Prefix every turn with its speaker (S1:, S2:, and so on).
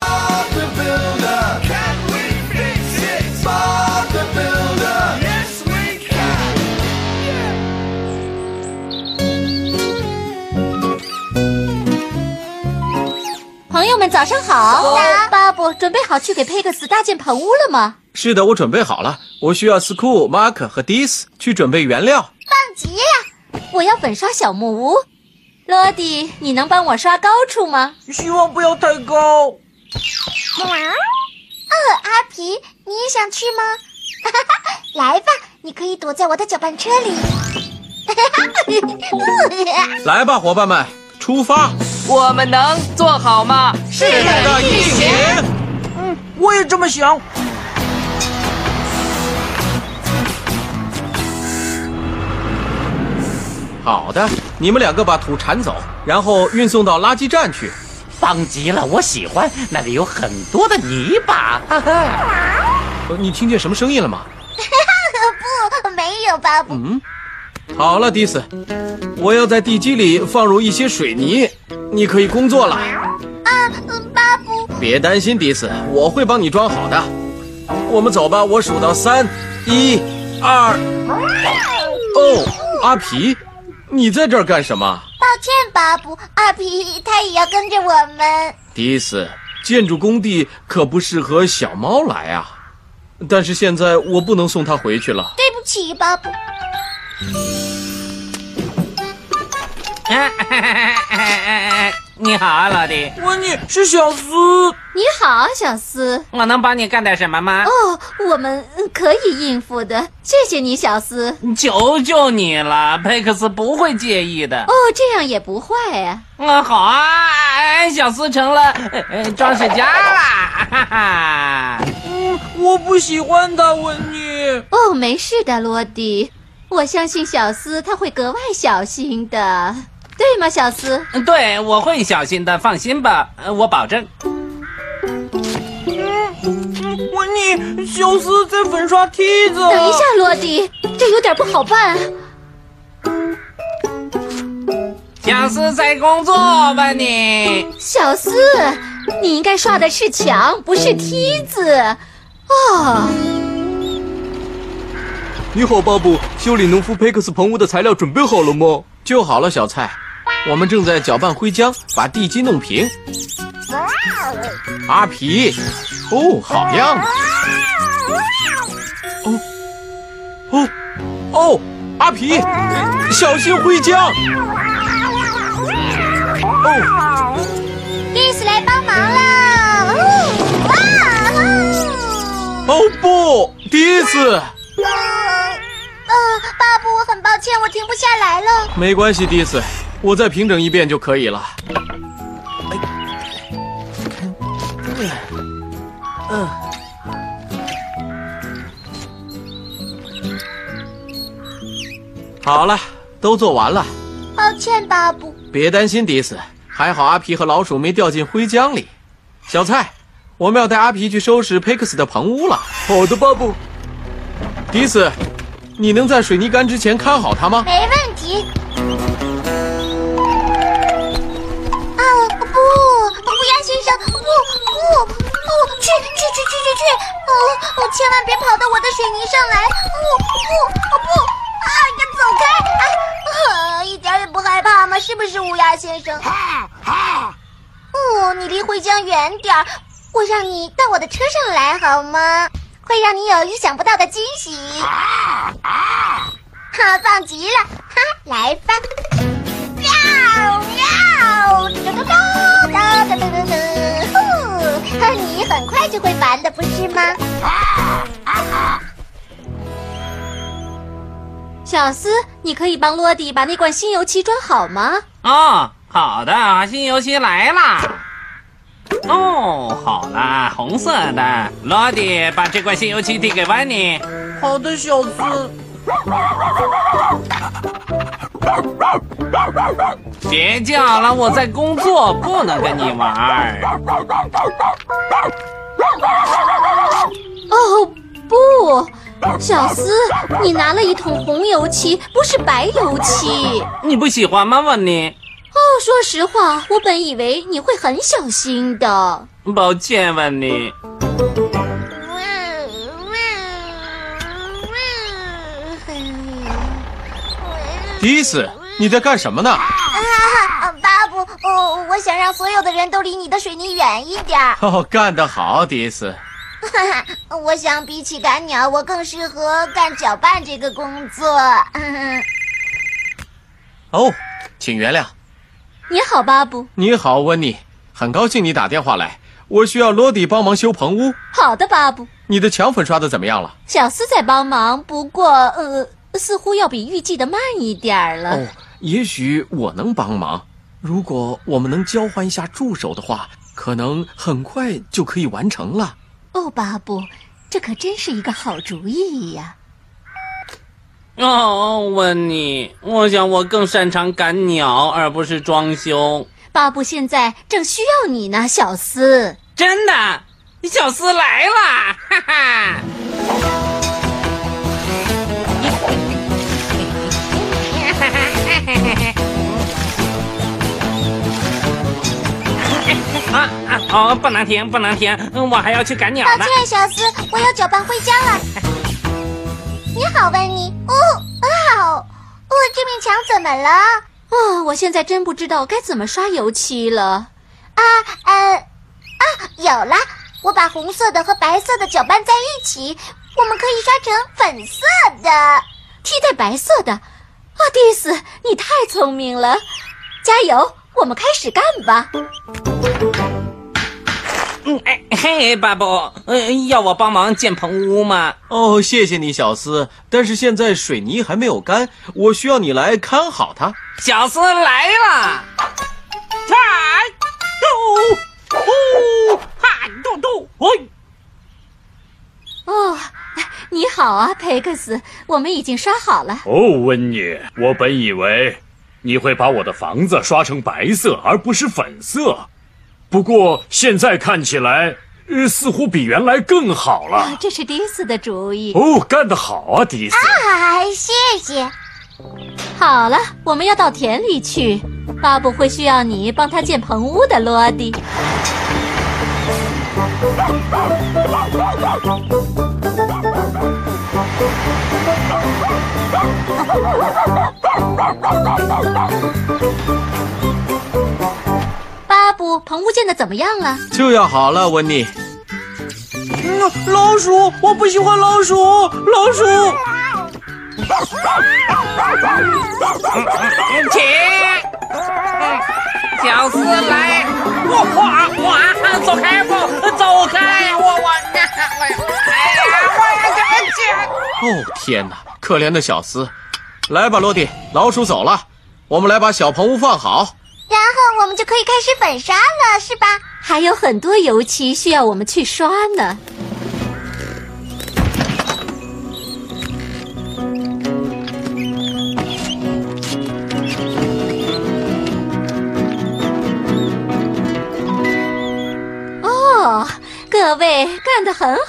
S1: Bob the Builder. Can we fix it? Bob the Builder. Yes, we can.
S2: 朋友们，早上好！巴布，准备好去给佩克斯搭建棚屋了吗？
S3: 是的，我准备好了。我需要 School、Mark 和 Dis 去准备原料。
S2: 急呀！我要粉刷小木屋。罗迪，你能帮我刷高处吗？
S4: 希望不要太高。
S5: 阿皮，你也想去吗？ 来吧，你可以躲在我的搅拌车里。
S3: 来吧，伙伴们，出发！
S6: 我们能做好吗？
S3: 是的，一起。
S4: 嗯我也这么想。
S3: 好的，你们两个把土铲走，然后运送到垃圾站去。
S7: 棒极了，我喜欢，那里有很多的泥巴。哈哈，
S3: 呃你听见什么声音了吗？
S5: 不，没有巴布。
S4: 嗯
S3: 好了，Dis，我要在地基里放入一些水泥，你可以工作了。
S5: 嗯，巴布，
S3: 别担心，Dis，我会帮你装好的。我们走吧，我数到三，一、二。哦，阿皮，你在这儿干什么？
S5: 抱歉，巴布，阿皮他也要跟着我们。
S3: 迪斯，建筑工地可不适合小猫来啊。但是现在我不能送它回去了。
S5: 对不起，巴布。
S6: 你好啊，老弟，
S4: 温妮是小斯，
S2: 你好，小斯。
S6: 我能帮你干点什么吗？
S4: 啊
S2: 哦，我们嗯可以应付的，谢谢你，小斯。
S6: 求求你了，佩克斯不会介意的
S2: 哦。，这样也不坏呀、
S6: 嗯，好啊，哎小斯成了呃呃装饰家啦，哈哈。
S4: 嗯，我不喜欢他，温妮。
S2: 哦，没事的，罗迪。我相信小斯他会格外小心的，对吗，小斯？
S6: 对，我会小心的，放心吧，呃我保证。
S4: 嗯，温妮，小斯在粉刷梯子。
S2: 等一下，，罗迪，这有点不好办啊。
S6: 小斯在工作吧你。
S2: 小四，你应该刷的是墙，不是梯子。哦，
S3: 你好，巴布，修理农夫佩克斯棚屋的材料准备好了吗？就好了，小蔡。我们正在搅拌灰浆，把地基弄平。阿皮，哦，好样的！哦，哦，阿皮，小心灰浆！哦，
S5: 丽丝来帮忙啦！哇！
S3: 哦不，迪斯，
S5: 呃，巴布，我很抱歉，我停不下来了。
S3: 没关系，迪斯，我再平整一遍就可以了。哎嗯好了，都做完了。
S5: 抱歉，巴布。
S3: 别担心，迪斯，还好阿皮和老鼠没掉进灰浆里。小蔡，我们要带阿皮去收拾佩克斯的棚屋了。好的，巴布。迪斯，你能在水泥干之前看好它吗？
S5: 没问题。啊不！乌鸦先生，不不不！去去去去去去！哦哦，千万别跑到我的水泥上来！不不哦不！啊，你走开！啊，呃一点也不害怕吗？是不是乌鸦先生？哦，你离灰浆远点儿，我让你到我的车上来好吗？会让你有意想不到的惊喜。好棒极了！哈，来吧！喵喵，嘟嘟嘟哒哒哒哒哒，呼！呵你很快就会玩的，不是吗？
S2: 小斯，你可以帮洛迪把那罐新油漆装好吗？
S6: 哦，好的，新游戏来啦。哦，好啦，红色的，罗迪把这罐新油漆递给温妮。
S4: 好的，小斯。
S6: 别叫了，我在工作，不能跟你玩儿。
S2: 哦，不，小斯，你拿了一桶红油漆，不是白油漆。
S6: 你不喜欢吗，温妮？
S2: 哦，说实话，我本以为你会很小心的。
S6: 抱歉，温妮。
S3: 迪斯，你在干什么呢？
S5: 啊，巴布，哦，我想让所有的人都离你的水泥远一点儿。
S3: 哦，干得好，迪斯。
S5: 哈哈，我想比起赶鸟，我更适合干搅拌这个工作。
S3: 哦，请原谅。
S2: 你好，巴布。
S3: 你好，温妮，很高兴你打电话来。我需要罗迪帮忙修棚屋。
S2: 好的，巴布。
S3: 你的墙粉刷的怎么样了？
S2: 小斯在帮忙，不过呃，似乎要比预计的慢一点儿了。
S3: 哦，也许我能帮忙。如果我们能交换一下助手的话，可能很快就可以完成了。
S2: 哦，巴布，这可真是一个好主意呀、
S6: 哦，温妮，我想我更擅长赶鸟，而不是装修。
S2: 巴布现在正需要你呢，小斯。
S6: 真的，小斯来啦！哈 哈。啊啊！哦，不能停，不能停，我还要去赶鸟
S5: 抱
S6: 呢。
S5: 歉，小斯，我要搅拌灰浆了。你好，温妮。哦，哇哦，哦，这面墙怎么了？
S2: 啊、我现在真不知道该怎么刷油漆了。
S5: 啊，呃，啊，有了，我把红色的和白色的搅拌在一起，我们可以刷成粉色的。
S2: 替代白色的。啊，迪斯，你太聪明了，加油！我们开始干吧。
S6: 嗯，哎嘿，巴布，嗯，要我帮忙建棚屋吗？
S3: 哦，谢谢你，小斯。但是现在水泥还没有干，我需要你来看好它。
S6: 小斯来了，嗨，嘟呼，哈哎嘟嘟，嘿。
S2: 哦，哎你好啊，佩克斯，我们已经刷好了。
S8: 哦，温妮，我本以为你会把我的房子刷成白色而不是粉色，不过现在看起来，呃，似乎比原来更好
S2: 啊，
S8: 了。
S2: 这是迪斯的主意。
S8: 哦，干得好啊，迪斯！
S5: 哎，谢谢。
S2: 好了，我们要到田里去。巴布会需要你帮他建棚屋的，罗迪。巴布，棚屋建的怎么样啊了？
S3: 就要好了，温妮。哦
S4: 嗯，老鼠，我不喜欢老鼠，老鼠。
S6: 起，小斯来，我我我走开不，走开，我我那我哎呀，我对不起。
S3: 哦，天哪，可怜的小斯。来吧，罗迪，老鼠走了，我们来把小棚屋放好。
S5: 然后我们就可以开始粉刷了，是吧？
S2: 还有很多油漆需要我们去刷呢。哦，各位干得很
S5: 嗯
S3: 哎啊